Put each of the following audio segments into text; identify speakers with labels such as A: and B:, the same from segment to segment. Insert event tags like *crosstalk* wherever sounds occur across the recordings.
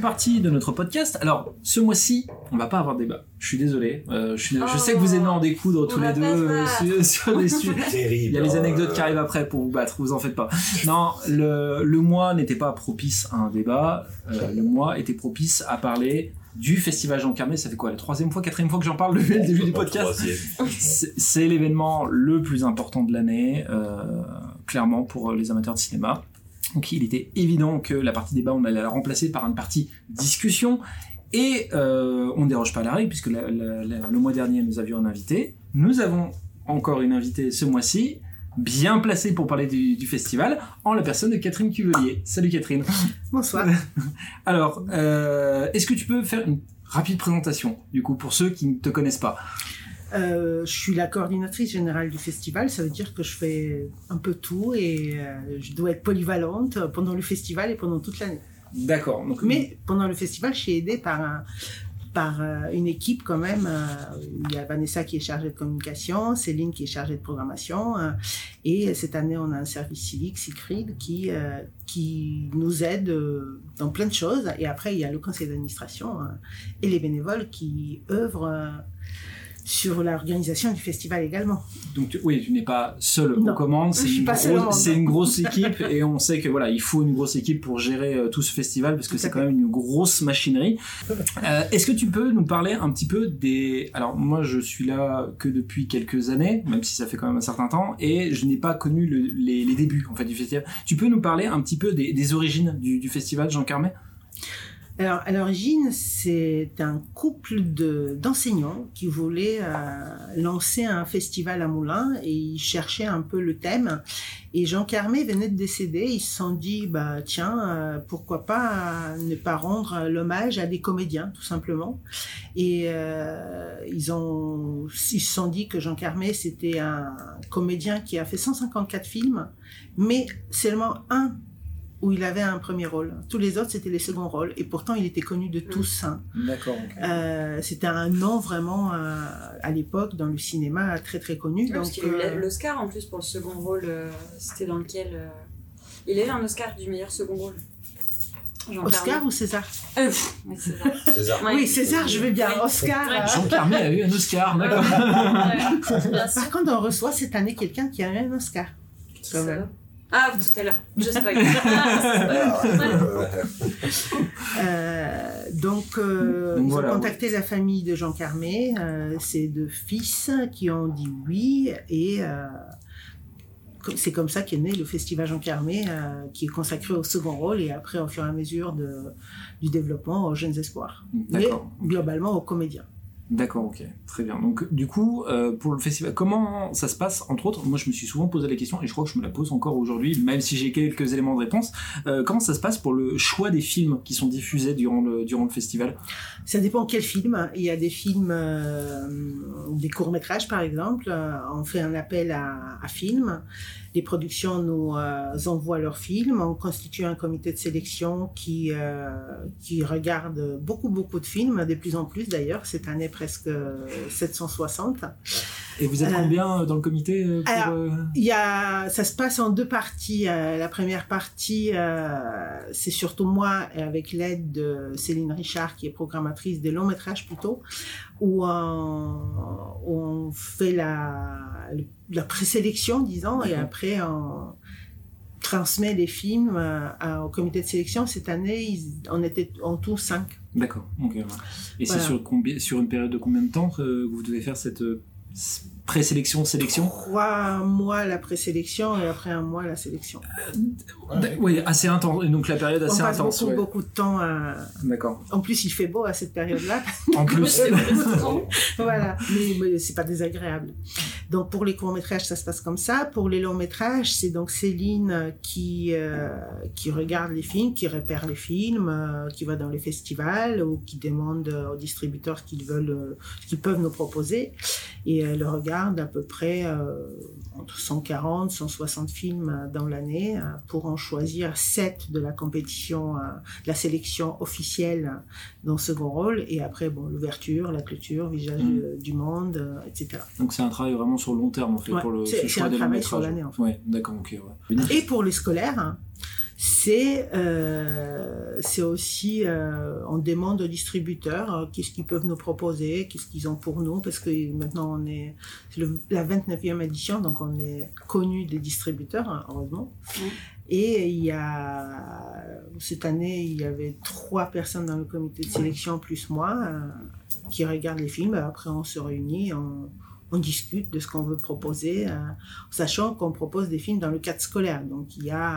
A: partie de notre podcast. Alors, ce mois-ci, on va pas avoir débat. Je suis désolé. Euh, je, suis- je sais que vous aimez en découdre tous
B: On
A: les
B: va
A: deux
B: pas se
A: euh,
B: battre.
A: sur, *laughs* sur des sujets. Il
C: Terrible.
A: y a les
C: hein,
A: anecdotes
C: euh,
A: qui arrivent après pour vous battre, vous en faites pas. Non, le, le mois n'était pas propice à un débat. Euh, le mois était propice à parler du festival Jean Carmé. Ça fait quoi La troisième fois, quatrième fois que j'en parle depuis le début du
C: en
A: podcast *laughs*
C: troisième.
A: c'est c'est l'événement le plus important de l'année, euh, clairement, pour euh, les amateurs de cinéma. Donc il était évident que la partie débat, on allait la remplacer par une partie discussion. Et euh, on ne déroge pas à la règle, puisque la- la- la- le mois dernier, nous avions un invité. Nous avons encore une invitée ce mois-ci, bien placée pour parler du, du festival, en la personne de Catherine Cuvelier. Salut Catherine.
D: *laughs* Bonsoir.
A: *laughs* Alors, euh, est-ce que tu peux faire une rapide présentation, du coup, pour ceux qui ne te connaissent pas
D: Euh, je suis la coordinatrice générale du festival. Ça veut dire que je fais un peu tout et euh, je dois être polyvalente pendant le festival et pendant toute l'année.
A: D'accord. donc-
D: Mais pendant le festival, je suis aidée par, un- par euh, une équipe quand même. euh, Il y a Vanessa qui est chargée de communication, Céline qui est chargée de programmation. euh, et cette année, on a un service civique, Siegfried, qui, euh, qui nous aide euh, dans plein de choses. Et après, il y a le conseil d'administration euh, et les bénévoles qui œuvrent euh, sur l'organisation du festival également.
A: Donc tu- oui, tu n'es pas seul aux
D: Non,
A: commandes,
D: *laughs* je
A: c'est
D: suis
A: une,
D: pas
A: grosse-
D: seule au monde.
A: c'est une
D: *laughs*
A: grosse équipe et on sait que voilà, il faut une grosse équipe pour gérer euh, tout ce festival parce que
D: Tout à
A: c'est
D: fait.
A: quand même une grosse machinerie. Euh, Est-ce que tu peux nous parler un petit peu des Alors moi je suis là que depuis quelques années, même si ça fait quand même un certain temps et je n'ai pas connu le- les, les débuts en fait du festival. Tu peux nous parler un petit peu des, des origines du, du festival Jean Carmet
D: Alors, à l'origine, c'est un couple de- d'enseignants qui voulaient euh, lancer un festival à Moulins et ils cherchaient un peu le thème. Et Jean Carmé venait de décéder. Ils se sont dit, bah, tiens, euh, pourquoi pas euh, ne pas rendre euh, l'hommage à des comédiens, tout simplement. Et euh, ils, ont, ils se sont dit que Jean Carmé, c'était un comédien qui a fait 154 films, mais seulement un où il avait un premier rôle. Tous les autres, c'était les seconds rôles. Et pourtant, il était connu
B: Mm.
D: de tous. hein.
A: D'accord.
D: Euh, c'était un nom vraiment, euh, à l'époque, dans le cinéma, très très connu.
B: Ah, parce
D: Donc,
B: qu'il a eu
D: euh,
B: l'Oscar en plus pour le second rôle, euh, c'était dans lequel. euh, Il a eu un Oscar du meilleur second rôle. Jean
D: Oscar ou César
B: Carmé. Euh, pff, oui, César.
C: César.
B: Ouais.
D: *laughs* Oui, César, je veux bien.
B: Oui.
D: Oscar.
B: Ouais.
D: hein.
A: Jean Carmet a eu un Oscar,
B: Ouais,
D: *laughs*
A: d'accord.
B: ouais, bien sûr.
D: Par contre, on reçoit cette année quelqu'un qui a eu un Oscar. Quand
B: Ça
D: même.
B: va. Ah, tout à l'heure. Je sais pas.
C: Ah, ouais.
D: Euh, donc, euh,
A: Donc
D: ils
A: voilà,
D: ont contacté la famille de Jean Carmé, euh, ses deux fils qui ont dit oui, et euh, com- c'est comme ça qu'est né le festival Jean Carmé, euh, qui est consacré au second rôle et après au fur et à mesure de, du développement aux jeunes espoirs, mais
A: D'accord.
D: globalement aux comédiens.
A: D'accord, ok, très bien. Donc, du coup, euh, pour le festival, comment ça se passe Entre autres, moi, je me suis souvent posé la question, et je crois que je me la pose encore aujourd'hui, même si j'ai quelques éléments de réponse. Euh, comment ça se passe pour le choix des films qui sont diffusés durant le, durant le festival
D: Ça dépend quel film. Il y a des films, euh, des courts-métrages par exemple. Euh, On fait un appel à, à films. Les productions nous euh, envoient leurs films. On constitue un comité de sélection qui, euh, qui regarde beaucoup, beaucoup de films, de plus en plus d'ailleurs. Cette année, presque euh, 760.
A: Et vous êtes
D: Euh,
A: combien euh, dans le comité euh, pour,
D: alors,
A: euh,
D: Il y a, ça se passe en deux parties. Euh, la première partie, euh, c'est surtout moi et avec l'aide de Céline Richard, qui est programmatrice des longs métrages plutôt, où on, où on fait la, la présélection, disons, et
A: D'accord.
D: après on transmet les films euh, à- au comité de sélection. Cette année, ils- on était en tout cinq.
A: D'accord, ok. ouais. Et c'est
D: Voilà.
A: sur, combi- sur une période de combien de temps euh, que vous devez faire cette euh, s- présélection, sélection
D: Trois mois la présélection et après un mois la sélection.
C: Ouais.
A: Oui, assez intense, et donc la période
D: on
A: assez
D: passe
A: intense.
D: beaucoup,
A: ouais.
D: beaucoup de temps à...
A: D'accord.
D: En plus, il fait beau à cette période-là.
A: En
D: *laughs*
A: plus,
D: voilà, mais, mais c'est pas désagréable. Donc pour les courts métrages, ça se passe comme ça. Pour les longs métrages, c'est donc Céline qui euh, qui regarde les films, qui repère les films, euh, qui va dans les festivals ou qui demande euh, aux distributeurs qu'ils veulent, euh, ce qu'ils peuvent nous proposer, et elle regarde à peu près euh, entre 140, 160 films euh, dans l'année euh, pour en choisir 7 de la compétition, euh, de la sélection officielle dans second rôle et après bon l'ouverture, la clôture, visage
A: Mm.
D: euh, du monde, euh, etc.
A: Donc c'est un travail vraiment sur le long terme en fait
D: Ouais,
A: pour le
D: c'est-
A: ce
D: c'est
A: choix
D: un
A: des longs
D: travail sur
A: métrages.
D: l'année, en fait.
A: Ouais, d'accord, ok. Ouais.
D: Et pour les scolaires, hein, C'est euh, c'est aussi, euh, on demande aux distributeurs euh, qu'est-ce qu'ils peuvent nous proposer, qu'est-ce qu'ils ont pour nous, parce que maintenant on est, c'est le- la 29e édition, donc on est connu des distributeurs, hein, heureusement.
B: Oui.
D: Et il y a, cette année, il y avait trois personnes dans le comité de sélection, plus moi, euh, qui regardent les films. Après, on se réunit, on, on discute de ce qu'on veut proposer. euh, sachant qu'on propose des films dans le cadre scolaire. Donc il y a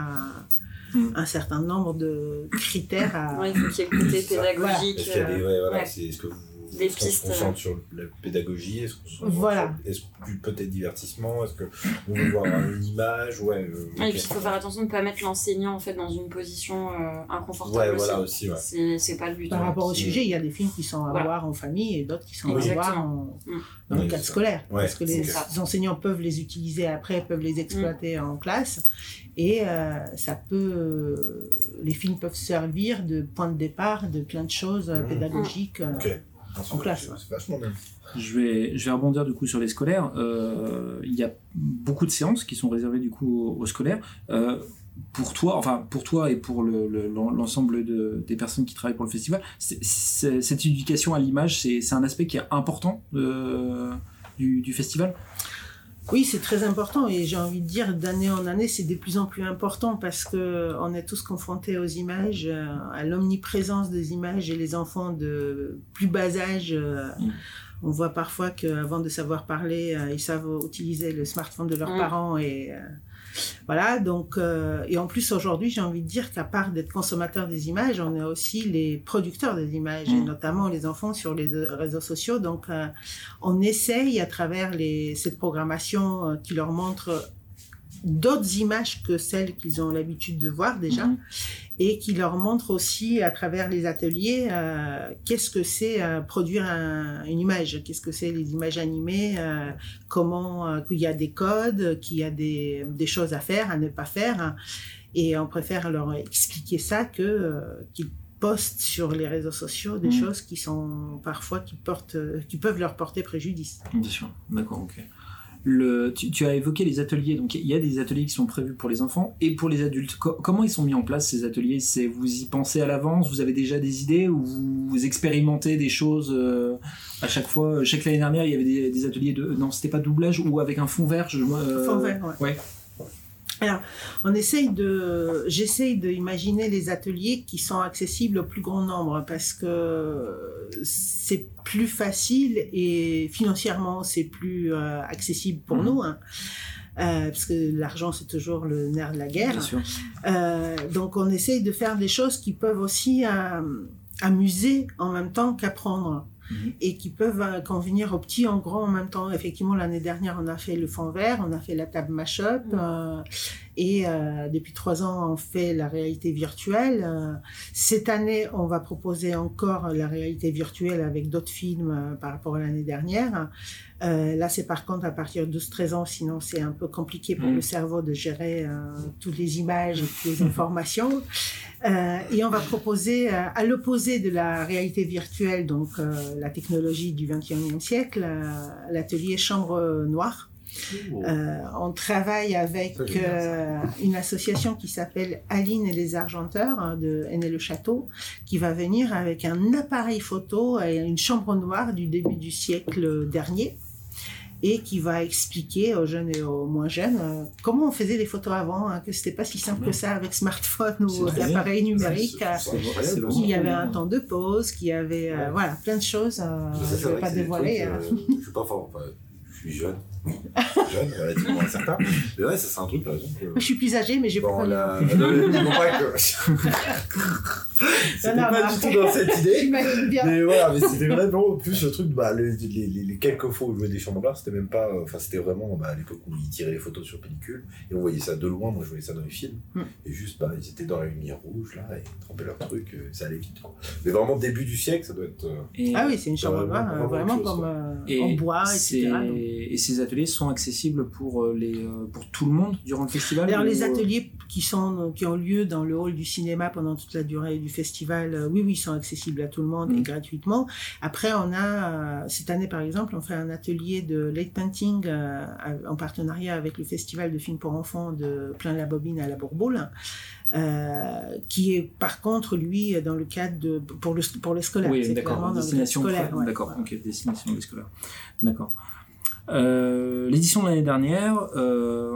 A: Mm.
D: un certain nombre de critères à...
B: Ouais, il faut qu'il y ait le côté
C: C'est ça.
B: pédagogique.
C: Est-ce qu'il y a des-
B: euh,
C: ouais, voilà,
B: ouais.
C: c'est- est-ce que vous
B: Des
C: est-ce qu'on se
B: pistes,
C: concentre sur la pédagogie Est-ce qu'on se concentre
D: euh. Voilà.
C: sur- Est-ce que- peut-être divertissement Est-ce que on veut voir une image Ouais. euh,
B: ouais, et
C: ok.
B: puis il faut faire attention de ne pas mettre l'enseignant en fait dans une position euh, inconfortable
C: Ouais,
B: aussi.
C: voilà aussi. Ouais.
B: C'est- C'est pas le but. hein.
D: Par
C: Ouais,
D: *laughs* rapport au
C: c'est-
D: sujet, il y a des films qui sont à
B: Voilà.
D: voir en famille et d'autres qui sont
B: Exactement.
D: à voir en-
B: Mm.
D: dans
C: Oui,
D: le cadre
C: c'est ça.
D: scolaire.
C: Ouais,
D: parce que les
B: c'est ça.
D: enseignants peuvent les utiliser après, peuvent les exploiter en classe. Et euh, ça peut... Les films peuvent servir de point de départ de plein de choses euh,
C: Mm.
D: pédagogiques. euh,
C: Ok.
D: En classe, ouais.
C: C'est vachement bien.
A: Je vais, je vais rebondir du coup sur les scolaires. Euh, il y a beaucoup de séances qui sont réservées du coup aux, aux scolaires. Euh, pour toi, enfin pour toi et pour le- le- l'en- l'ensemble de- des personnes qui travaillent pour le festival, c'est- c'est- cette éducation à l'image, c'est c'est un aspect qui est important euh, du, du festival.
D: Oui, c'est très important et j'ai envie de dire d'année en année, c'est de plus en plus important parce que on est tous confrontés aux images, euh, à l'omniprésence des images et les enfants de plus bas âge. euh,
A: Mm.
D: On voit parfois qu'avant de savoir parler, euh, ils savent utiliser le smartphone de leurs
B: Mm.
D: parents et euh, voilà. Donc euh, et en plus aujourd'hui, j'ai envie de dire qu'à part d'être consommateur des images, on est aussi les producteurs des images et
A: Mm.
D: notamment les enfants sur les euh, réseaux sociaux. Donc euh, on essaye à travers les, cette programmation euh, qui leur montre euh, d'autres images que celles qu'ils ont l'habitude de voir déjà
A: Mhm.
D: et qui leur montre aussi à travers les ateliers euh, qu'est-ce que c'est euh, produire un- une image, qu'est-ce que c'est les images animées, euh, comment euh, qu'il y a des codes, qu'il y a des, des choses à faire, à ne pas faire. hein, Et on préfère leur expliquer ça que euh, qu'ils postent sur les réseaux sociaux des
A: Mhm.
D: choses qui sont parfois qui portent euh, qui peuvent leur porter préjudice.
A: Bien sûr, d'accord, ok. Le, tu, tu as évoqué les ateliers, donc il y a des ateliers qui sont prévus pour les enfants et pour les adultes. Co- comment ils sont mis en place ces ateliers C'est vous y pensez à l'avance, vous avez déjà des idées ou vous expérimentez des choses euh, à chaque fois Euh, Je sais que l'année dernière il y avait des, des ateliers de non, c'était pas doublage ou avec un fond vert. Je, euh,
D: Fond vert, ouais.
A: ouais.
D: Alors, on essaye de, j'essaye d'imaginer les ateliers qui sont accessibles au plus grand nombre parce que c'est plus facile et financièrement c'est plus euh, accessible pour
A: Mhm.
D: nous, hein. Euh, parce que l'argent c'est toujours le nerf de la guerre.
A: Bien sûr.
D: Euh, donc on essaye de faire des choses qui peuvent aussi euh, amuser en même temps qu'apprendre
A: Mhm.
D: et qui peuvent euh, convenir aux petits en grand en même temps. Effectivement, l'année dernière, on a fait le fond vert, on a fait la table mash-up
B: Mhm.
D: euh, et euh, depuis trois ans, on fait la réalité virtuelle. Euh, cette année, on va proposer encore la réalité virtuelle avec d'autres films euh, par rapport à l'année dernière. Euh, là, c'est par contre à partir de 12-13 ans, sinon c'est un peu compliqué pour
C: Mm.
A: Mhm.
D: le cerveau de gérer euh, toutes les images et toutes les informations. Euh, et on va proposer, euh, à l'opposé de la réalité virtuelle, donc euh, la technologie du 21e siècle, euh, l'atelier Chambre Noire. Euh, on travaille avec
C: Oh. Ça, j'aime bien,
D: euh, une association qui s'appelle Aline et les Argenteurs hein, de Aîné le Château, qui va venir avec un appareil photo et une chambre noire du début du siècle dernier et qui va expliquer aux jeunes et aux moins jeunes euh, comment on faisait les photos avant, hein, que c'était pas si simple que ça avec smartphone
A: C'est
D: ou
A: très bien.
D: appareil numérique. euh,
C: C'est- c'est
A: C'est
C: incroyable.
A: vraiment-
D: qu'il y avait un
A: Ouais.
D: temps de pause, qu'il y avait euh,
C: Ouais.
D: voilà plein de choses. euh,
C: Ça, c'est
D: je ne
C: vrai
D: vais pas
C: que c'est des
D: dévoiler. hein.
C: trucs, euh, je suis pas fort. Enfin, je suis
D: *laughs*
C: jeune. jeune, relativement incertain. Mais ouais, ça, c'est un truc, par exemple. euh,
D: Moi, je suis plus âgée, mais j'ai
C: Bon,
D: pas
C: là, non, mais non, pas
D: *laughs*
C: que. C'était
D: Non, non,
C: pas
D: mais
C: du tout
D: après-
C: dans cette
D: *laughs*
C: idée.
D: J'imagine bien.
C: Mais voilà, mais c'était vraiment en plus le truc, bah, les, les- les- les quelques fois où je jouais des chambres noires, c'était même pas. euh, Enfin, c'était vraiment bah, à l'époque où ils tiraient les photos sur pellicule et on voyait ça de loin. Moi, je voyais ça dans les films.
D: Hmm.
C: Et juste, bah, ils étaient dans la lumière rouge, là, et ils trempaient leur truc, euh, ça allait vite. Quoi. Mais vraiment, début du siècle, ça doit être. euh,
A: Et-
D: Ah oui, c'est une chambre
C: Vraiment,
D: noire, euh,
C: vraiment
D: vraiment
C: autre chose,
D: comme
C: quoi.
D: euh,
A: Et
D: en bois,
A: c'est-
D: etc. donc.
A: et ces ateliers sont accessibles pour, euh, les, euh, pour tout le monde durant le festival
D: D'ailleurs, les
A: ou, euh,
D: ateliers qui, sont, qui ont lieu dans le hall du cinéma pendant toute la durée du du festival, euh, oui, oui, ils sont accessibles à tout le monde et
A: Mm.
D: gratuitement. Après, on a, euh, cette année par exemple, on fait un atelier de late painting euh, à- en partenariat avec le festival de films pour enfants de Plein la Bobine à la Bourboule. euh, qui est par contre lui dans le cadre de pour le pour les scolaires
A: Oui,
D: c'est
A: d'accord.
D: clairement dans le cadre
A: Destination
D: scolaire,
A: pro-
D: ouais.
A: D'accord, ok, destination des scolaires. D'accord. Euh, L'édition de l'année dernière, euh,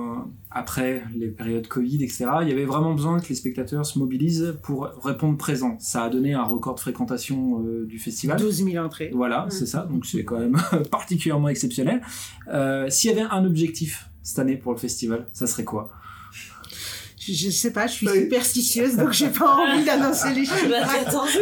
A: après les périodes Covid, etc., il y avait vraiment besoin que les spectateurs se mobilisent pour répondre présent. Ça a donné un record de fréquentation euh, du festival.
D: 12 000 entrées
A: Voilà,
B: Mm.
A: c'est ça, donc c'est quand même *laughs* particulièrement exceptionnel. Euh, S'il y avait un objectif cette année pour le festival, ça serait quoi
D: je, je sais pas je suis
C: Oui.
D: superstitieuse donc
A: *laughs*
D: j'ai pas envie d'annoncer
A: Ah,
D: les chiffres
B: Bah, t'as attendu.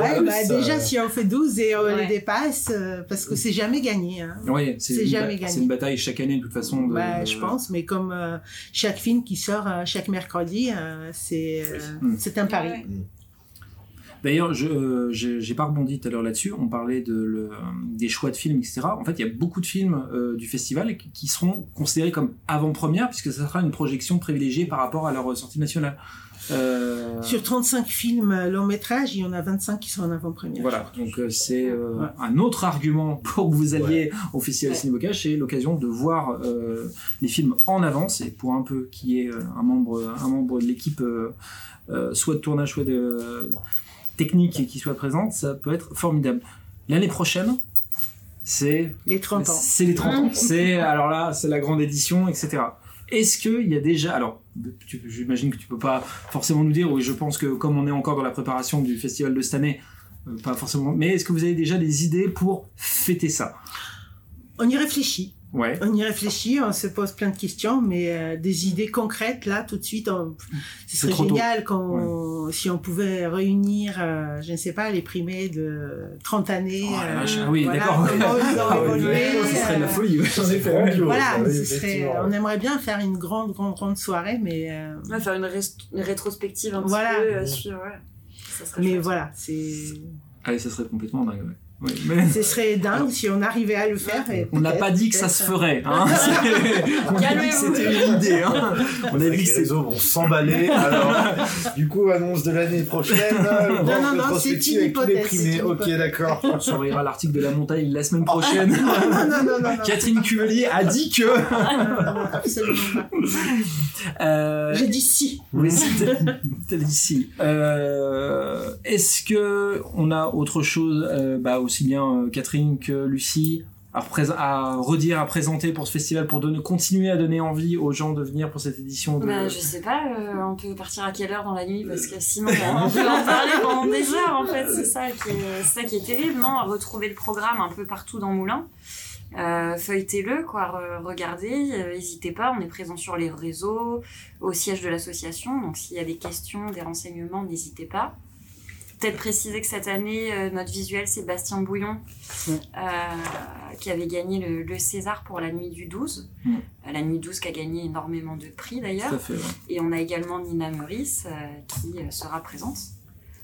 D: Ouais, bah
A: euh.
D: déjà, si on fait 12 et on
B: Ouais.
D: les dépasse, euh, parce que c'est jamais gagné. Hein.
A: Oui,
D: C'est
A: c'est une,
D: jamais
A: ba-
D: gagné.
A: c'est une bataille chaque année de toute façon. de-
D: Bah, je
A: de-
D: pense, mais comme euh, chaque film qui sort euh, chaque mercredi, euh, c'est euh,
A: Oui.
D: c'est un pari.
B: Ouais.
A: D'ailleurs, je euh, j'ai j'ai pas rebondi tout à l'heure là-dessus. On parlait de le- des choix de films, etc. En fait, il y a beaucoup de films euh, du festival qui- qui seront considérés comme avant-première puisque ça sera une projection privilégiée par rapport à leur sortie nationale. Euh,
D: Sur 35 films euh, long métrage, il y en a 25 qui sont en avant-première.
A: Voilà, donc euh, c'est euh,
D: Ouais.
A: un autre argument pour que vous alliez au Festival
B: Ouais.
A: Cinébocache, c'est l'occasion de voir euh, les films en avance et pour un peu qui est euh, un membre, un membre de l'équipe, euh, euh, soit de tournage, soit de euh, technique qui soit présente, ça peut être formidable. L'année prochaine, c'est
D: Les 30 ans.
A: c'est les 30
D: *laughs*
A: ans. C'est alors là, c'est la grande édition, etc. Est-ce qu'il y a déjà alors tu- j'imagine que tu peux pas forcément nous dire oui je pense que comme on est encore dans la préparation du festival de cette année euh, pas forcément mais est-ce que vous avez déjà des idées pour fêter ça
D: On y réfléchit.
A: ouais
D: On y réfléchit, on se pose plein de questions, mais euh, des idées concrètes, là, tout de suite, on- ce
A: C'est
D: serait
A: trop tôt.
D: génial quand, si on pouvait réunir, euh, je ne sais pas, les primés de 30 années.
A: Oh la
D: euh,
A: vache, ah oui,
D: voilà,
A: d'accord.
D: comment ils ont
A: Ah oui,
D: évolué,
A: mais ce serait de la
D: euh,
A: folie ouais.
D: Voilà, ce serait, on aimerait bien faire une grande, grande, grande soirée, mais, euh,
B: On va faire une, rest- une rétrospective un petit
D: Voilà.
B: peu euh, sur. ouais. Ça serait
D: mais
B: chouette.
D: voilà, c'est,
A: ah oui, ça serait complètement dingue ouais. Ouais, mais-
D: ce serait dingue si on arrivait à le faire. et
A: on n'a
D: peut-être,
A: pas dit que ça
D: peut-être.
A: se ferait
D: *laughs*
A: hein. C'est- on a dit que
B: Calmez-vous.
A: c'était une idée hein. on a dit
C: les
A: que c'était
C: réseaux vont s'emballer. Alors, *laughs* du coup, annonce de l'année prochaine. Non,
D: non, non, c'est une hypothèse, c'est une
C: Ok,
D: hypothèse.
C: d'accord.
A: *laughs* on surveillera l'article de la montagne la semaine
D: *laughs*
A: prochaine
D: Non, non, non, non, non,
A: Catherine Cuvelier a dit que
D: non, non, non, absolument
A: *laughs*
D: pas.
A: Euh,
D: J'ai dit si.
A: oui, c'était- c'était d'ici. Euh, Est-ce que on a autre chose, euh, bah, aussi bien euh, Catherine que Lucie, à, représ- à redire, à présenter pour ce festival, pour donner, continuer à donner envie aux gens de venir pour cette édition de...
B: Bah, je sais pas, euh, on peut partir à quelle heure dans la nuit parce que sinon on peut en parler pendant des heures en fait, c'est ça qui est, c'est ça qui est terrible, non Retrouver le programme un peu partout dans Moulin, euh, feuilletez-le quoi, re- regardez, euh, n'hésitez pas, on est présent sur les réseaux, au siège de l'association, donc s'il y a des questions, des renseignements, n'hésitez pas. Peut-être préciser que cette année, euh, notre visuel Sébastien Bouillon,
D: Ouais.
B: euh, qui avait gagné le, le César pour la nuit du 12,
A: Mm.
B: Euh, la nuit 12 qui a gagné énormément de prix d'ailleurs.
A: Tout à fait, ouais.
B: Et on a également Nina Meurice euh, qui euh, sera présente.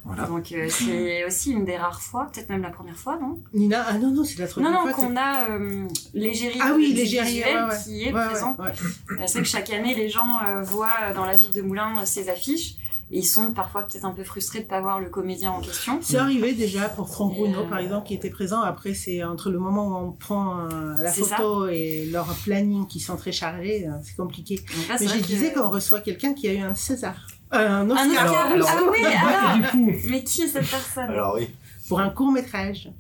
A: Voilà.
B: Donc euh,
D: *laughs*
B: c'est aussi une des rares fois, peut-être même la première fois, non
D: Nina, ah non, non, c'est la troisième
B: Non, non,
D: fois.
B: qu'on a euh, l'égérie
D: Ah oui,
B: du
D: l'égérie,
B: visuel
D: ouais, ouais.
B: qui est
D: Ouais, ouais,
B: présente.
D: ouais.
B: Euh, C'est vrai que chaque année, les gens euh, voient euh, dans la ville de Moulins euh, ces affiches et ils sont parfois peut-être un peu frustrés de ne pas voir le comédien en question.
D: C'est arrivé déjà pour Franck
B: Mm. Et,
D: Bruno,
B: euh,
D: par exemple, qui était présent. Après, c'est entre le moment où on prend euh, la
B: C'est
D: photo et leur planning qui sont très chargés, euh, c'est compliqué.
B: Donc là, Ah, c'est
D: Mais
B: vrai
D: je
B: que-
D: disais qu'on reçoit quelqu'un qui a eu un César. Euh, un
B: Ah,
D: Oscar.
B: non,
A: Alors, alors-
B: ah oui, ah,
A: Et du coup,
B: mais qui est cette personne
C: Alors, oui.
D: pour un court métrage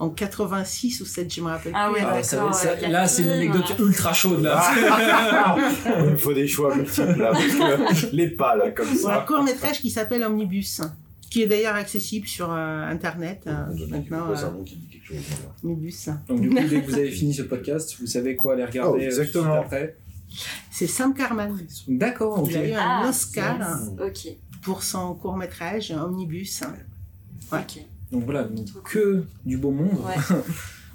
D: en 86 ou 7, je me rappelle
B: Ah
D: plus.
B: ouais.
A: ah, ça-
B: d'accord,
A: ça-
B: euh, Catherine,
A: là, c'est une anecdote ultra chaude, là. *laughs*
C: Ah, Il me faut des choix multiples là. Parce que les pas là, comme
D: Pour un
C: ça.
D: court métrage qui s'appelle Omnibus, qui est d'ailleurs accessible sur euh, internet euh, maintenant.
C: C'est un
D: euh,
C: nom qui dit quelque chose. euh, voilà.
D: Omnibus,
A: Donc, du coup, dès que vous
B: *laughs*
A: avez fini ce podcast, vous savez quoi aller regarder
C: Oh,
A: euh, tout de suite
C: exactement.
A: après.
D: c'est Sam Carman.
A: D'accord, ok.
D: Il a eu un
B: Ah,
D: Oscar hein,
B: Ok,
D: pour son court métrage Omnibus. Ouais.
B: ok.
A: Donc voilà, donc que du beau monde.
B: Ouais.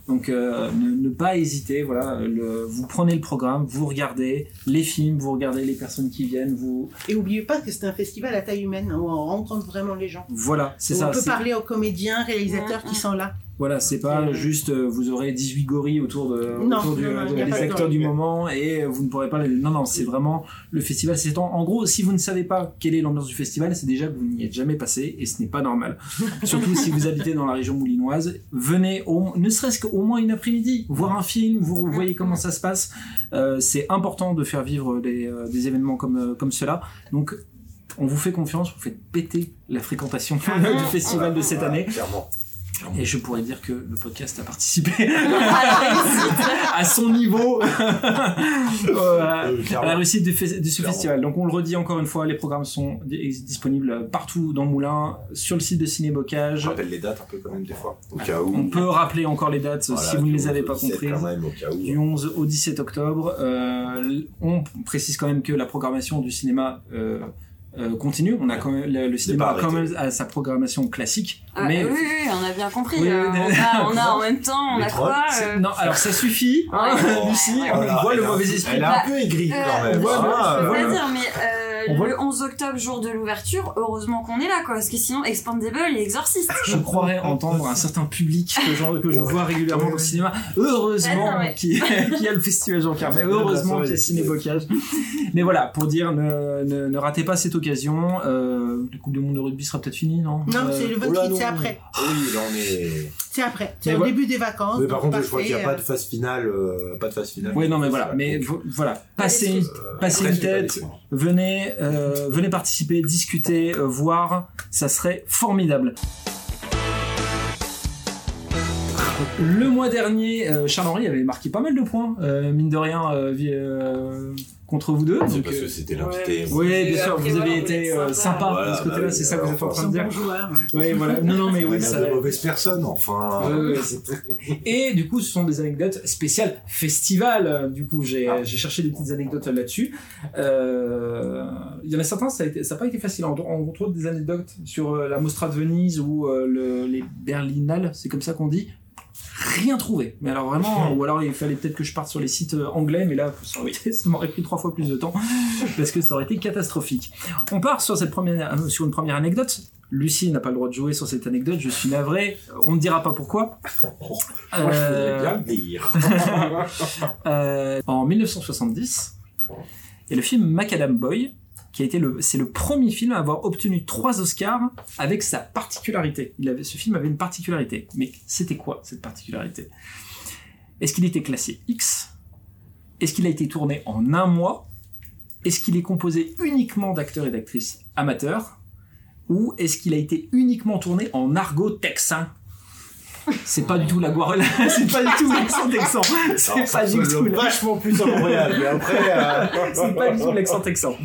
A: Donc euh, ne, ne pas hésiter, voilà, le- vous prenez le programme, vous regardez les films, vous regardez les personnes qui viennent, vous
D: Et oubliez pas que c'est un festival à taille humaine où hein, on rencontre vraiment les gens.
A: voilà, c'est
D: Où
A: ça.
D: on peut
A: c'est-
D: parler aux comédiens, réalisateurs
B: Ouais, ouais.
D: qui sont là.
A: Voilà, c'est pas
D: Et-
A: juste euh, vous aurez 18 gorilles autour, de,
D: Non,
A: autour du-
D: non, non,
A: de-
D: y a
A: des
D: pas de
A: acteurs
D: gorilles.
A: du moment et vous ne pourrez pas. les- Non, non, c'est vraiment le festival. C'est en, en gros, si vous ne savez pas quelle est l'ambiance du festival, c'est déjà que vous n'y êtes jamais passé et ce n'est pas
D: *laughs*
A: normal. Surtout si vous habitez dans la région moulinoise, venez au, ne serait-ce qu'au moins une après-midi, voir un film, vous voyez comment ça se passe. Euh, c'est important de faire vivre des, euh, des événements comme, euh, comme cela. Donc, on vous fait confiance, vous faites péter la fréquentation *laughs*
D: Ah
A: du festival de cette
C: Voilà,
A: année.
C: Clairement.
A: Et je pourrais dire que le podcast a
C: *laughs*
A: participé à son niveau euh,
C: Euh,
A: à la
C: clairement.
A: réussite du fes- de ce
C: Clairement.
A: festival. Donc on le redit encore une fois, les programmes sont di- ex- disponibles partout dans Moulin, sur le site de
C: Je
A: Cinébocage.
C: rappelle les dates un peu quand même des fois. Au cas où.
A: On peut rappeler encore les dates
C: Voilà,
A: si vous ne
C: du
A: les avez
C: 11 au
A: pas
C: 17
A: comprises.
C: Quand même, au cas
A: Du
C: où.
A: 11 au 17 octobre, Euh, l- on précise quand même que la programmation du cinéma euh, euh, continue. On a quand même, le, le cinéma a
C: pas
A: quand
C: arrêté.
A: même à sa programmation classique,
B: Ah,
A: mais
B: oui, oui, on a bien compris.
A: Oui,
B: euh,
A: oui,
B: on, a,
A: *laughs*
B: on a en même temps, on
C: Les
B: a
C: trolls,
B: quoi
A: C'est-
B: euh,
A: Non, alors ça suffit, hein,
B: *laughs* Ouais.
A: Lucie,
B: Ouais.
A: on
C: Voilà,
A: voit le
C: elle a-
A: mauvais esprit.
C: Elle a un peu aigri quand
B: Euh,
C: même.
B: je-
A: Ouais,
C: Ah,
B: je peux
A: ouais.
B: pas dire, mais
A: On
B: euh,
A: voit-
B: le 11 octobre, jour de l'ouverture, heureusement qu'on est là, quoi, parce que sinon, Expandable et Exorciste.
A: Je croirais entendre un certain public que, genre, que je vois régulièrement dans le cinéma. Heureusement
B: Ah, non, ouais.
A: qu'il y a- *laughs* qu'il y a le festival Jean Carmet, heureusement qu'il y a Cinébocage. Mais voilà, pour dire, ne, ne, ne ratez pas cette occasion. Euh, la Coupe du Monde de rugby sera peut-être finie, non
D: Non,
A: Euh,
D: c'est le
C: oh là
D: 28, c'est
C: non.
D: après.
C: Oui, là on est.
D: C'est après. C'est
A: Mais
D: au
A: voilà.
D: début des vacances.
C: Mais par
D: donc
C: contre, je crois qu'il n'y a pas
D: parfait,
C: de phase finale. euh, Pas de phase finale.
A: Oui, non, mais voilà.
C: Donc,
A: Mais vo- voilà, passez,
C: euh,
A: passez
C: après,
A: une
C: j'ai pas
A: tête,
C: d'expérience.
A: venez, euh, venez participer, discuter, euh, voir, ça serait formidable. Le mois dernier, euh, Charles-Henri avait marqué pas mal de points, euh, mine de rien, euh, vi- euh, contre vous deux.
C: Ah, C'est
A: Donc,
C: parce que
A: euh,
C: c'était
B: Ouais.
C: l'invité.
B: c'est-
A: oui,
B: Et
A: bien sûr,
B: après,
A: vous
B: voilà,
A: avez
B: on est
A: été euh,
B: sympa.
A: sympa
C: Voilà,
A: de ce côté-là,
C: bah, Ah,
A: c'est ça que vous êtes en
C: enfin,
A: train
D: euh,
A: de
D: Bon
A: dire.
D: joueur.
A: Oui, voilà. Non, non, mais
C: On a
A: oui, ça. Euh,
C: de mauvaises personnes, enfin.
A: Ouais, ouais, c'est- *laughs* Et du coup, ce sont des anecdotes spéciales festival. Du coup, j'ai
C: Ah.
A: j'ai cherché des petites anecdotes là-dessus. Euh, Il y en a certains, ça n'a pas été facile. On, on retrouve des anecdotes sur euh, la Mostra de Venise ou euh, le- les Berlinales, c'est comme ça qu'on dit. Rien trouvé. Mais alors *laughs* vraiment, ou alors il fallait peut-être que je parte sur les sites euh, anglais, mais là, ça, aurait été- ça m'aurait pris trois fois plus de temps parce que ça aurait été catastrophique. On part sur cette première, euh, sur une première anecdote. Lucie n'a pas le droit de jouer sur cette anecdote. Je suis navré. On ne dira pas pourquoi.
C: Moi, je voudrais
A: Euh,
C: bien le dire.
A: euh, en 1970. Et le film Macadam Boy, qui a été le, c'est le premier film à avoir obtenu trois Oscars avec sa particularité. Il avait, ce film avait une particularité. Mais c'était quoi cette particularité Est-ce qu'il était classé X Est-ce qu'il a été tourné en un mois Est-ce qu'il est composé uniquement d'acteurs et d'actrices amateurs ou est-ce qu'il a été uniquement tourné en argot texan C'est pas du tout la guarola, *laughs* c'est pas du tout l'accent texan,
C: Alors,
A: c'est
C: ça
A: pas du tout
C: ressemble
A: la-
C: vachement plus à Montréal, mais après. euh,
A: *laughs* c'est pas du tout l'accent texan.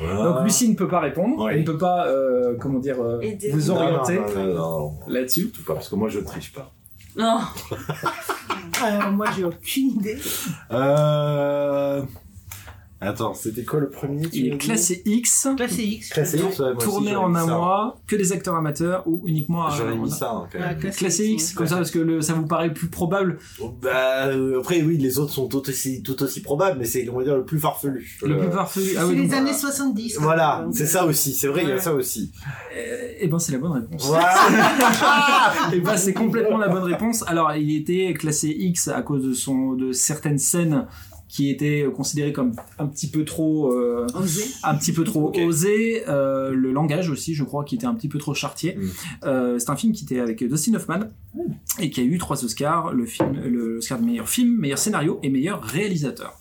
C: voilà.
A: Donc Lucie ne peut pas répondre,
C: Bah. Oui.
A: elle ne peut pas, euh, comment dire, euh,
B: Aider.
A: vous
C: Non, non,
A: orienter
C: Non, non, non, non,
A: là-dessus.
C: surtout pas, parce que moi je triche pas.
B: Non,
D: Euh, moi, j'ai aucune idée.
C: Euh. Attends, c'était quoi le premier tu
A: Il
C: m'as
A: est
C: dit
A: classé X,
D: Classé X.
C: Classé X, ouais, moi aussi,
A: tourné
C: j'aurais
A: en
C: mis
A: un
C: ça.
A: mois, euh, que des acteurs amateurs ou uniquement à...
C: J'aurais mis ça hein, quand
D: Ah,
C: même.
D: classé
A: Classé X, comme ça parce que le- ça vous paraît plus probable,
C: Bah, euh, après, oui, les autres sont tout aussi, tout aussi probables, mais c'est, on va dire, le plus farfelu.
A: le
C: Euh,
A: plus farfelu.
D: C'est
A: Ah oui,
D: les
A: donc,
D: années 70.
C: Voilà,
D: donc,
C: c'est
D: euh,
C: ça aussi, c'est vrai, il y a
D: ouais.
C: ça aussi.
A: euh, eh ben c'est la bonne réponse. *laughs*
C: Voilà.
D: Ah.
A: Et bah c'est complètement la bonne réponse. Alors il était classé X à cause de son de certaines scènes qui étaient considérées comme un petit peu trop euh,
D: Osé.
A: un petit peu trop
C: Ok.
A: osé, euh, le langage aussi, je crois, qui était un petit peu trop chartier.
C: Mm.
A: Euh, c'est un film qui était avec Dustin Hoffman et qui a eu trois Oscars, le film, le Oscar de meilleur film, meilleur scénario et meilleur réalisateur.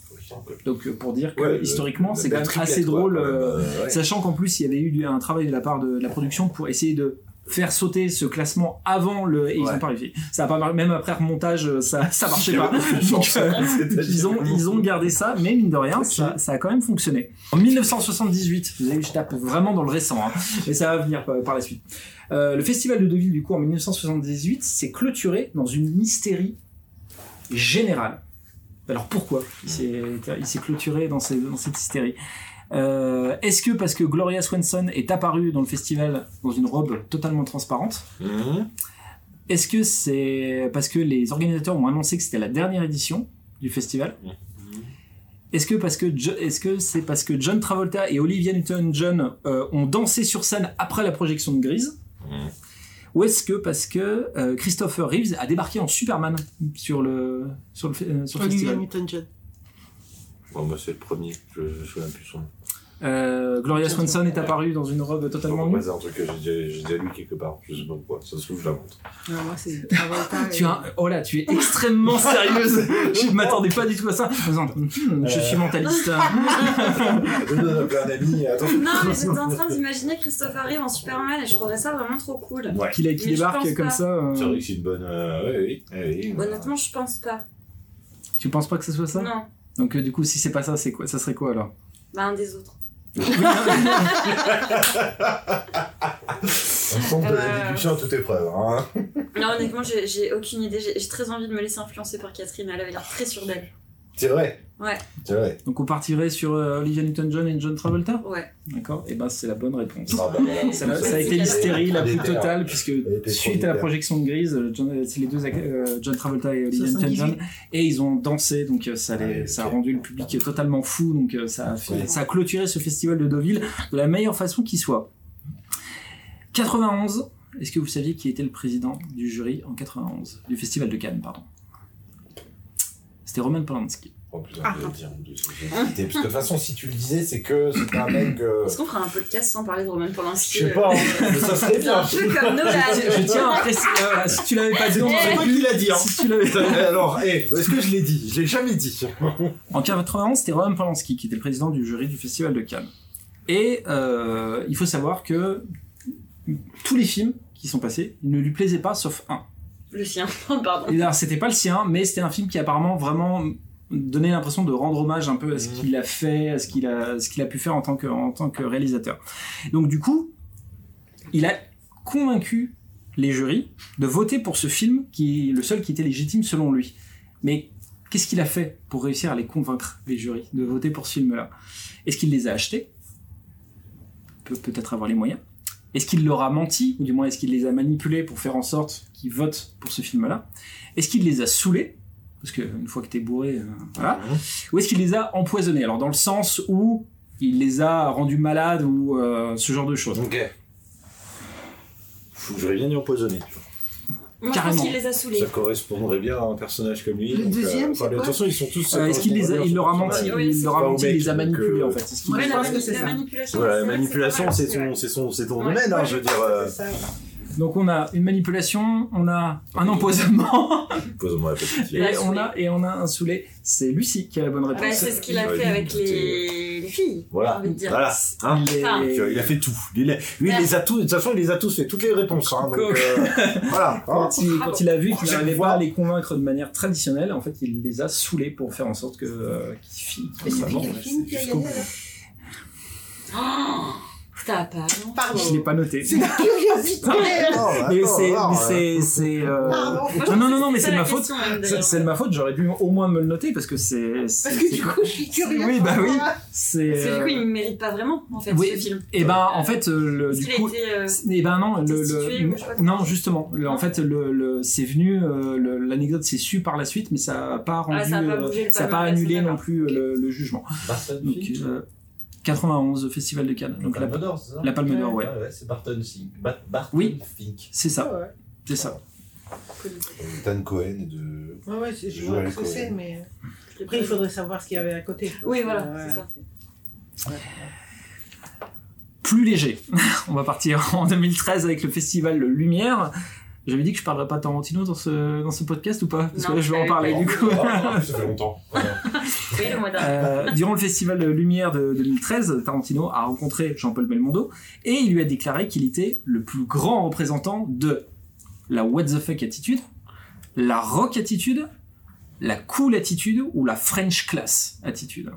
A: Donc euh, pour dire que
C: Ouais,
A: historiquement,
C: le-
A: c'est
C: la
A: quand même
C: triplette,
A: assez
C: quoi,
A: drôle.
C: quand même,
A: euh,
C: euh, ouais.
A: Sachant qu'en plus, il y avait eu un travail de la part de, de la production pour essayer de faire sauter ce classement avant le. Et ils
C: Ouais.
A: ont pas réussi. Ça a pas mar- même après remontage, euh, ça, ça marchait
C: Il y
A: pas.
C: avait beaucoup
A: *laughs*
C: de
A: Donc,
C: chance.
A: euh,
C: C'est-à-dire
A: ils, ont,
C: que-
A: ils ont gardé ça, mais mine de rien, ça, ça a quand même fonctionné. En 1978, vous avez vu, je tape vraiment dans le récent, hein, *laughs* mais ça va venir par, par la suite. Euh, le festival de Deauville, du coup, en 1978, s'est clôturé dans une hystérie générale. Alors pourquoi il s'est il s'est clôturé dans, ces- dans cette hystérie Euh, Est-ce que parce que Gloria Swanson est apparue dans le festival dans une robe totalement transparente
C: Mhm.
A: est-ce que c'est parce que les organisateurs ont annoncé que c'était la dernière édition du festival Est-ce que parce que Jo- est-ce que c'est parce que John Travolta et Olivia Newton-John euh, ont dansé sur scène après la projection de Grise
C: Mhm.
A: Ou est-ce que parce que euh, Christopher Reeves a débarqué en Superman sur le, sur le, fe- euh, sur le
D: Olivia
A: festival
D: Newton-John.
C: Bon, moi, c'est le premier. Je me souviens plus son nom.
A: Euh, Gloria Swanson est apparue dans une robe
C: Je sais pas
A: totalement
C: pourquoi,
A: nue.
C: C'est un truc que j'ai déjà- j'ai déjà lu quelque part. Je sais pas pourquoi. Ça se trouve, je l'invente.
D: Non, moi, c'est Travolta.
A: Tu
D: et-
A: as, oh là, tu es extrêmement sérieuse. je m'attendais pas du tout à ça. En faisant, Hmm, je suis mentaliste.
C: Nous, on a plein d'amis. Attention.
B: *laughs*
A: Euh.
B: Non, mais j'étais en train d'imaginer Christopher Reeve en Superman et je trouverais ça vraiment trop cool.
C: Ouais.
A: Qu'il qu'il
B: Mais je
A: débarque
B: pense
A: comme
B: pas.
A: ça. euh,
C: C'est vrai que c'est une bonne. euh, ouais, oui, ouais, oui.
B: Honnêtement, je pense pas.
A: tu penses pas que ce soit ça
B: Non,
A: Donc euh, du coup, si c'est pas ça, c'est quoi Ça serait quoi alors
B: bah un des autres.
C: On sent de la
B: Euh.
C: déduction à toute épreuve. Hein.
B: Non, honnêtement, j'ai j'ai aucune idée. J'ai j'ai très envie de me laisser influencer par Catherine. Elle avait l'air très sûre d'elle.
C: C'est vrai.
B: Ouais.
C: C'est vrai.
A: Donc on partirait sur euh, Olivia Newton-John et John Travolta
B: Ouais.
A: D'accord Et ben c'est la bonne réponse.
C: Ah, bah, voilà.
A: Ça, a- ça a été l'hystérie la plus totale puisque
C: Elle était
A: suite à la
C: formidable.
A: projection de Grise, euh, John- euh, c'est les deux ac- euh, John Travolta et Olivia
D: 78.
A: Newton-John et ils ont dansé donc euh, ça, les-
C: Ouais,
A: ça a
C: ok.
A: rendu le public totalement fou donc euh, ça a, fait-
C: Ouais.
A: ça a clôturé ce festival de Deauville de la meilleure façon qui soit. 91. Est-ce que vous saviez qui était le président du jury en 91 du festival de Cannes pardon C'était Roman Polanski.
C: Oh putain,
B: Ah,
C: je vais le dire. en plus. J'ai hésité. Parce que de toute façon, si tu le disais, c'est que c'est un mec. euh,
B: Est-ce qu'on fera un podcast sans parler de Roman Polanski
C: Je sais pas, hein, mais
B: *laughs*
C: ça serait
B: C'est un
C: bien.
B: peu comme Nolan.
A: Je je tiens à préciser, euh, si tu l'avais pas dit, on aurait pu.
C: l'a dit. hein.
A: Si tu l'avais
C: Alors, hé, est-ce que je l'ai dit Je l'ai jamais dit.
A: En 91, c'était Roman Polanski qui était le président du jury du Festival de Cannes. Et euh, il faut savoir que tous les films qui sont passés ne lui plaisaient pas, sauf un.
B: Le sien, *laughs* pardon.
A: Et alors, c'était pas le sien, mais c'était un film qui apparemment vraiment donnait l'impression de rendre hommage un peu à ce qu'il a fait, à ce qu'il a, ce qu'il a pu faire en tant, que, en tant que réalisateur. Donc du coup, il a convaincu les jurys de voter pour ce film qui est le seul qui était légitime selon lui. Mais qu'est-ce qu'il a fait pour réussir à les convaincre, les jurys, de voter pour ce film-là Est-ce qu'il les a achetés Peut peut-être avoir les moyens. Est-ce qu'il leur a menti, ou du moins est-ce qu'il les a manipulés pour faire en sorte qu'ils votent pour ce film-là est-ce qu'il les a saoulés Parce qu'une fois que t'es bourré, euh, voilà. Ou est-ce qu'il les a empoisonnés Alors dans le sens où il les a rendus malades ou euh, ce genre de choses.
C: Ok. Faut que j'aurais bien dû empoisonner. tu vois.
B: Moi, je
A: Carrément.
B: pense qu'il les a saoulés.
C: Ça correspondrait bien à un personnage comme lui.
D: Le
C: donc, euh,
D: deuxième,
C: enfin, de
D: c'est quoi
C: toute façon, ils sont tous.
A: Euh, est-ce qu'il les a- il leur a menti
B: Ouais,
A: Il
B: c'est
A: leur a
C: pas au
A: menti,
C: mec,
A: il les a
C: donc,
A: manipulés
C: euh,
A: en fait. Est-ce qu'il
D: Ouais,
A: les a-
B: Ouais,
D: je
B: la,
D: pense que
B: mani-
D: c'est
B: la
D: ça.
B: manipulation.
C: Voilà, la
B: c'est vrai que c'est
C: manipulation,
B: pas mal.
C: c'est ton, c'est son, c'est ton
B: Ouais.
C: domaine, hein, je veux dire. euh,
D: C'est ça.
A: Donc on a une manipulation, on a un empoisonnement
C: Pose-moi la petite
B: Et
A: *laughs* et
B: un
A: on a et on a un saoulé. C'est Lucie qui a la bonne réponse.
B: Bah, c'est ce qu'il a
C: Ouais,
B: fait avec
C: c'était-
B: les, les filles. J'ai
C: Voilà.
B: envie de dire.
C: Voilà. Hein
A: Il est-
B: Enfin,
C: Tu vois, il a fait tout. Il a- Lui, il
B: Ouais.
C: les a tous. De toute façon, il les a tous fait toutes les réponses. Hein, donc,
A: Coq.
C: euh, voilà. hein.
A: quand, il, quand il a vu qu'il
C: Prochaine
A: n'arrivait
C: fois.
A: pas à les convaincre de manière traditionnelle, en fait, il les a saoulés pour faire en sorte que euh, qu'ils fi-
D: Mais
A: qu'ils
D: c'était
A: s'avancent.
D: quel film qui a
A: Jusqu'au
D: gagné alors
B: Oh, T'as pas non
D: Pardon.
A: Je l'ai pas noté.
D: C'est la curiosité
C: Non,
A: Mais
C: attends,
A: c'est,
C: alors,
A: mais c'est, c'est, euh,
B: Ah,
D: Pardon.
A: Non, non, non, non, mais c'est de ma faute.
B: question, même,
A: C'est,
B: d'ailleurs.
A: c'est de ma faute. J'aurais dû au moins me le noter parce que c'est. c'est
D: Parce que
A: c'est-
D: du coup, je suis curieuse.
A: Oui, bah oui.
D: Voilà.
A: c'est,
B: Parce que
A: euh,
B: du coup, il ne mérite pas vraiment, en fait,
A: oui.
B: ce film.
A: eh ben, en fait, euh, le,
B: Parce
A: du
B: qu'il a
A: coup.
B: été. euh,
A: Eh ben non, le,
B: destitué,
A: le-
B: ou je sais pas.
A: non justement, le-
B: Ah.
A: en fait le, le- c'est venu, euh, le- l'anecdote s'est su par la suite, mais ça a pas rendu,
B: Ah, ça a pas
A: euh,
B: bougé le
A: ça a pas
B: palmarès,
A: annulé
B: d'accord.
A: non plus euh, le, le jugement. Donc, euh, 91 Festival de Cannes, donc la,
E: d'Or, c'est ça Ah
A: la Palme d'Or, ouais,
E: Ouais, ouais, c'est Barton Fink. Ba- Barton
A: Oui.
E: Fink.
A: c'est ça,
D: Ouais,
A: c'est ça.
C: Dan Cohen et de.
D: ouais, ouais, c'est- je vois ce que c'est, mais. euh, Après, il faudrait savoir ce qu'il y avait à côté.
B: Oui, voilà,
D: Ouais.
B: c'est ça.
A: plus léger. *laughs* On va partir en 2013 avec le festival Lumière. J'avais dit que je parlerais pas de Tarantino dans ce, dans ce podcast ou pas Parce
B: Non,
A: que là, je vais en
B: t'avais
A: parler
B: pas
A: du
E: Oh.
B: dit.
A: coup.
C: Ah,
A: *laughs*
C: ça fait longtemps.
B: Oui, le mois dernier.
A: Euh, durant le festival Lumière de 2013, Tarantino a rencontré Jean-Paul Belmondo et il lui a déclaré qu'il était le plus grand représentant de la what the fuck attitude, la rock attitude, la cool attitude ou la French class attitude.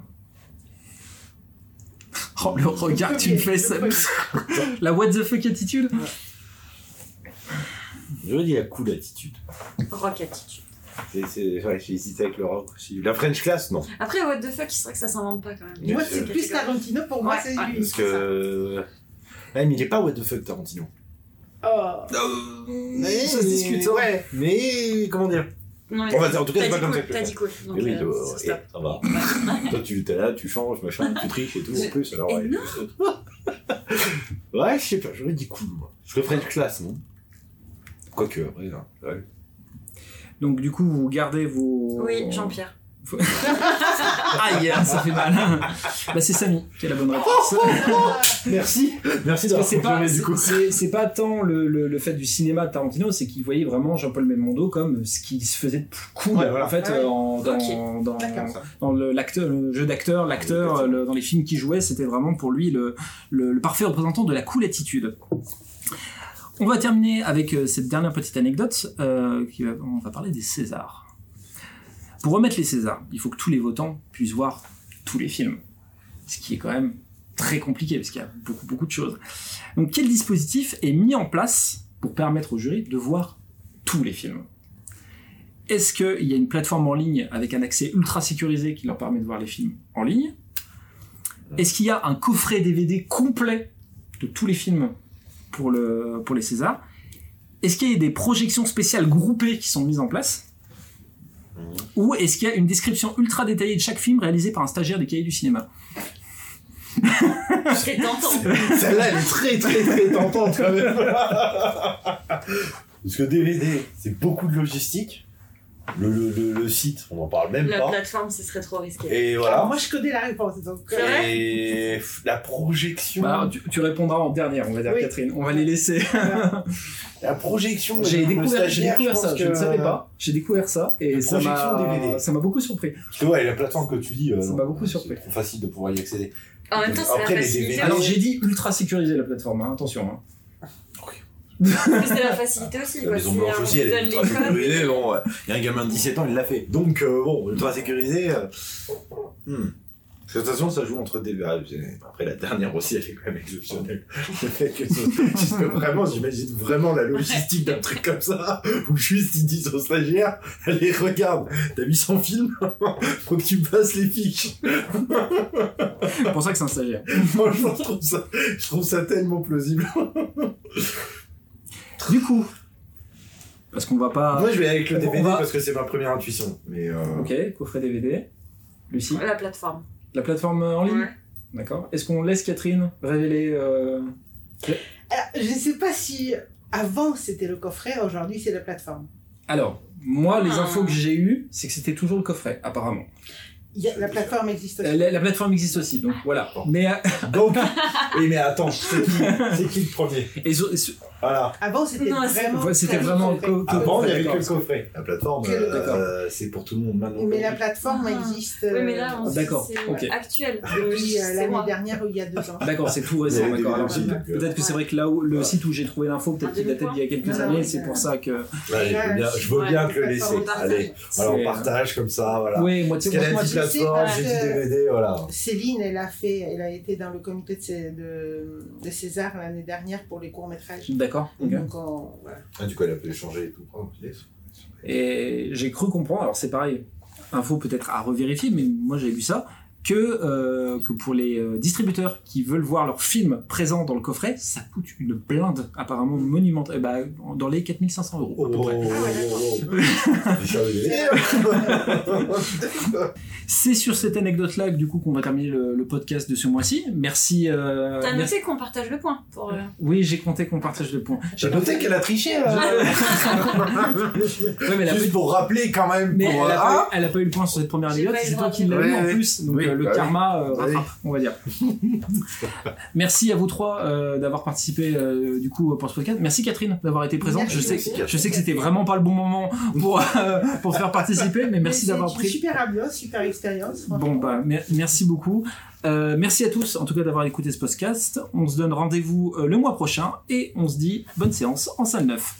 A: Oh, le regard que tu me fais, Sam. La what the fuck attitude
C: euh,
E: J'aurais dit la cool attitude.
B: *laughs* Rock attitude.
C: C'est- c'est- ouais, J'ai hésité avec le rock aussi. La French Class, non.
B: Après, what the fuck, c'est vrai que ça s'invente pas quand même.
C: Bien
D: Moi,
C: sûr.
D: c'est plus Tarantino, pour moi,
B: Ouais,
D: c'est
B: ouais.
D: lui.
C: Parce que. Ouais, mais il est pas what the fuck Tarantino.
D: Oh.
C: Mais ça se discute, ouais. Mais comment dire
B: Non, mais
C: On va dire, en tout cas,
B: t'as
C: c'est
B: dit
C: pas comme
B: cool,
C: ça que je
B: T'as
C: le
B: dit cool. Donc,
C: Mais oui,
B: euh,
C: toi,
B: ça
C: ouais,
B: stop.
E: Ça
C: *laughs*
E: va.
C: Toi, tu t'es là, tu changes, machin, tu triches et tout en plus. Alors,
B: Et
C: ouais,
B: non.
C: *laughs* ouais, je sais pas, j'aurais dit cool, moi. Je ferais French Class, non Quoique, après, hein, ouais.
A: Donc du coup, vous gardez vos...
B: Oui, Jean-Pierre. *laughs*
A: Aïe, ça fait mal. bah, c'est Samy qui a la bonne réponse.
B: Oh,
A: Merci.
E: Merci
A: Parce
E: d'avoir
A: que c'est pas,
E: confirmé du
A: c'est-
E: coup.
A: c'est- c'est pas tant le, le- le fait du cinéma de Tarantino, c'est qu'il voyait vraiment Jean-Paul Belmondo comme ce qui se faisait de plus cool
E: Ouais, voilà.
A: en fait
D: Ah ouais.
A: euh, en- dans,
B: Ok.
A: dans-
D: D'accord.
A: dans le, l'acteur, le jeu d'acteur, l'acteur euh, le- dans les films qu'il jouait, c'était vraiment pour lui le, le- le parfait représentant de la cool attitude. On va terminer avec euh, cette dernière petite anecdote. euh, qui va- on va parler des Césars. Pour remettre les Césars, il faut que tous les votants puissent voir tous les films, ce qui est quand même très compliqué parce qu'il y a beaucoup beaucoup de choses. Donc quel dispositif est mis en place pour permettre au jury de voir tous les films Est-ce qu'il y a une plateforme en ligne avec un accès ultra sécurisé qui leur permet de voir les films en ligne Est-ce qu'il y a un coffret DVD complet de tous les films pour, le, pour les Césars Est-ce qu'il y a des projections spéciales groupées qui sont mises en place Mmh.
C: Mhm.
A: Ou est-ce qu'il y a une description ultra détaillée de chaque film réalisée par un stagiaire des cahiers du cinéma
B: C'est tentant.
C: Celle-là, elle est très, très, très tentante quand même. Parce que DVD, c'est beaucoup de logistique. Le, le, le, le site, on n'en parle même
B: La
C: pas.
B: plateforme, ce serait trop risqué.
C: Et
D: Alors,
C: voilà.
D: Ah, moi, je connais la réponse. Donc,
B: C'est vrai
C: Et f- la projection.
A: Bah, tu, tu répondras en dernière, on va dire,
D: Oui.
A: Catherine. On va les laisser.
C: La
A: *laughs*
C: projection.
A: J'ai
C: le
A: découvert, j'ai
C: stagiaire,
A: découvert
C: pense
A: ça, je
C: que-
A: ne savais pas. J'ai découvert ça et
C: Une
A: ça m'a,
C: projection DVD.
A: ça m'a beaucoup surpris.
C: Parce que ouais, la plateforme que tu dis. euh,
A: Ça m'a beaucoup
C: c'est
A: surpris.
C: trop facile de pouvoir y accéder.
B: En même temps, c'est la
C: Après, les
B: facilité.
C: DVD.
A: Alors,
B: aussi.
A: j'ai dit ultra sécurisée la plateforme, hein, attention. hein.
B: Parce que c'est la facilité aussi.
C: La
B: quoi.
C: Maison
B: Si
C: Blanche
B: on
C: aussi, elle
B: donne
C: est
B: les
C: ultra
B: codes,
C: sécurisée. Bon, ouais. il y a un gamin de 17 ans, il l'a fait. Donc, euh, bon, ultra sécurisé. euh, hmm. Parce que De toute façon, ça joue entre des. ah, c'est- Après, la dernière aussi, elle est quand même exceptionnelle. *laughs* Le fait que ce- parce que vraiment, j'imagine vraiment la logistique d'un truc comme ça, où juste ils disent aux stagiaires Allez, regarde, t'as mis 100 films, *laughs* faut que tu me fasses les fiches. *laughs*
A: C'est pour ça que c'est un stagiaire.
C: Moi, je trouve ça, je trouve ça tellement plausible.
A: Du coup, parce qu'on va pas.
C: Moi, je vais avec le
A: Ah. On
C: DVD
A: va-
C: parce que c'est ma première intuition. Mais. euh,
A: Ok, coffret DVD. Lucie,
B: La plateforme.
A: la plateforme en ligne
B: Ouais.
A: D'accord. Est-ce qu'on laisse Catherine révéler euh,
D: Alors, euh, je ne sais pas si avant c'était le coffret, aujourd'hui c'est la plateforme.
A: Alors, moi, les
B: Ah.
A: infos que j'ai eues, c'est que c'était toujours le coffret, apparemment.
D: Il y a- la plateforme existe
A: Euh,
D: aussi.
A: La, la plateforme existe aussi, donc voilà. Mais, euh,
C: Donc, *laughs* oui, mais attends, c'est qui, c'est qui le premier
A: et sur- et sur-
C: Voilà.
D: Avant c'était
B: Non, c'est-
D: vraiment.
A: ouais, c'était
D: que le
A: vraiment
D: coffret.
A: le co- co-
C: Avant, il y avait
A: d'accord.
C: que le coffret. La plateforme,
D: Que le-
C: euh,
A: d'accord.
C: c'est pour tout le monde maintenant.
D: Mais la plateforme existe.
B: Ah. Oui, mais là, on
D: euh,
B: sait que
A: D'accord,
B: c'est
A: ok.
B: actuel.
D: depuis euh,
B: C'est
D: l'année
B: moi.
D: dernière ou il y a deux ans.
A: D'accord, c'est tout
C: Il y
A: récent,
C: avait des
A: d'accord. Alors,
C: vidéos, donc, euh,
A: Peut-être que c'est vrai que là où le
C: Voilà.
A: site où j'ai trouvé l'info, peut-être
B: Ah,
A: qu'il datait d'il y a quelques
D: Non,
A: années,
D: non,
A: c'est
D: euh,
A: pour ça que.
C: ouais, je veux bien, je veux bien
D: Ouais,
C: que le
D: c'est
C: laisser.
B: On partage.
C: Allez, voilà,
A: C'est- euh,
C: on partage comme ça, voilà.
A: Oui, moitié,
C: Parce qu'elle a
A: moitié,
C: dit
D: je sais
C: plateforme,
D: pas
C: j'ai dit
D: que-
C: DVD, voilà.
D: Céline, elle a fait, elle a été dans le comité de, Cé- de- de César l'année dernière pour les courts métrages.
A: moitié. D'accord. ok.
C: Mhm.
D: Donc, on- voilà.
C: Ah, du coup, elle a pu échanger et tout. Oh, yes.
A: Et j'ai cru comprendre, alors c'est pareil, info peut-être à revérifier, mais moi j'ai lu ça, que, euh, que pour les euh, distributeurs qui veulent voir leur film présent dans le coffret, ça coûte une blinde apparemment monumentale, Eh ben, dans les 4500 euros.
C: Oh,
A: à peu près.
C: oh, *laughs* oh, oh. Déjà, DVD.
A: C'est sur cette anecdote-là que, du coup qu'on va terminer le, le podcast de ce mois-ci. Merci. euh,
B: T'as
A: merci-
B: noté qu'on partage le point pour. euh,
A: Oui, j'ai compté qu'on partage le point.
C: *laughs* J'ai noté qu'elle a triché,
A: *laughs*
C: là.
A: Ouais, mais la
C: Juste pour rappeler quand même.
A: Mais
C: pour,
A: elle, a
C: euh,
A: pas, eu- elle a pas eu le point sur cette première
B: J'ai
A: vidéo,
B: pas eu
A: c'est
B: le
A: toi
B: droit
A: qui l'as
C: de
A: eu
C: dire.
A: en
C: Oui,
A: plus, donc
C: oui.
A: euh, le
C: Bah oui.
A: karma euh,
C: Oui.
A: rattrape, on va dire. *laughs* Merci à vous trois euh, d'avoir participé euh, du coup pour ce podcast. Merci Catherine d'avoir été présente.
D: Merci,
A: je sais,
D: merci,
A: je
C: Catherine.
A: sais que c'était vraiment pas le bon moment pour euh, pour faire participer, mais merci
D: Mais
A: d'avoir
D: c'est
A: pris.
D: Super ambiance, super expérience.
A: Bon, bah, mer- merci beaucoup. Euh, merci à tous, en tout cas, d'avoir écouté ce podcast. On se donne rendez-vous euh, le mois prochain et on se dit bonne séance en salle 9.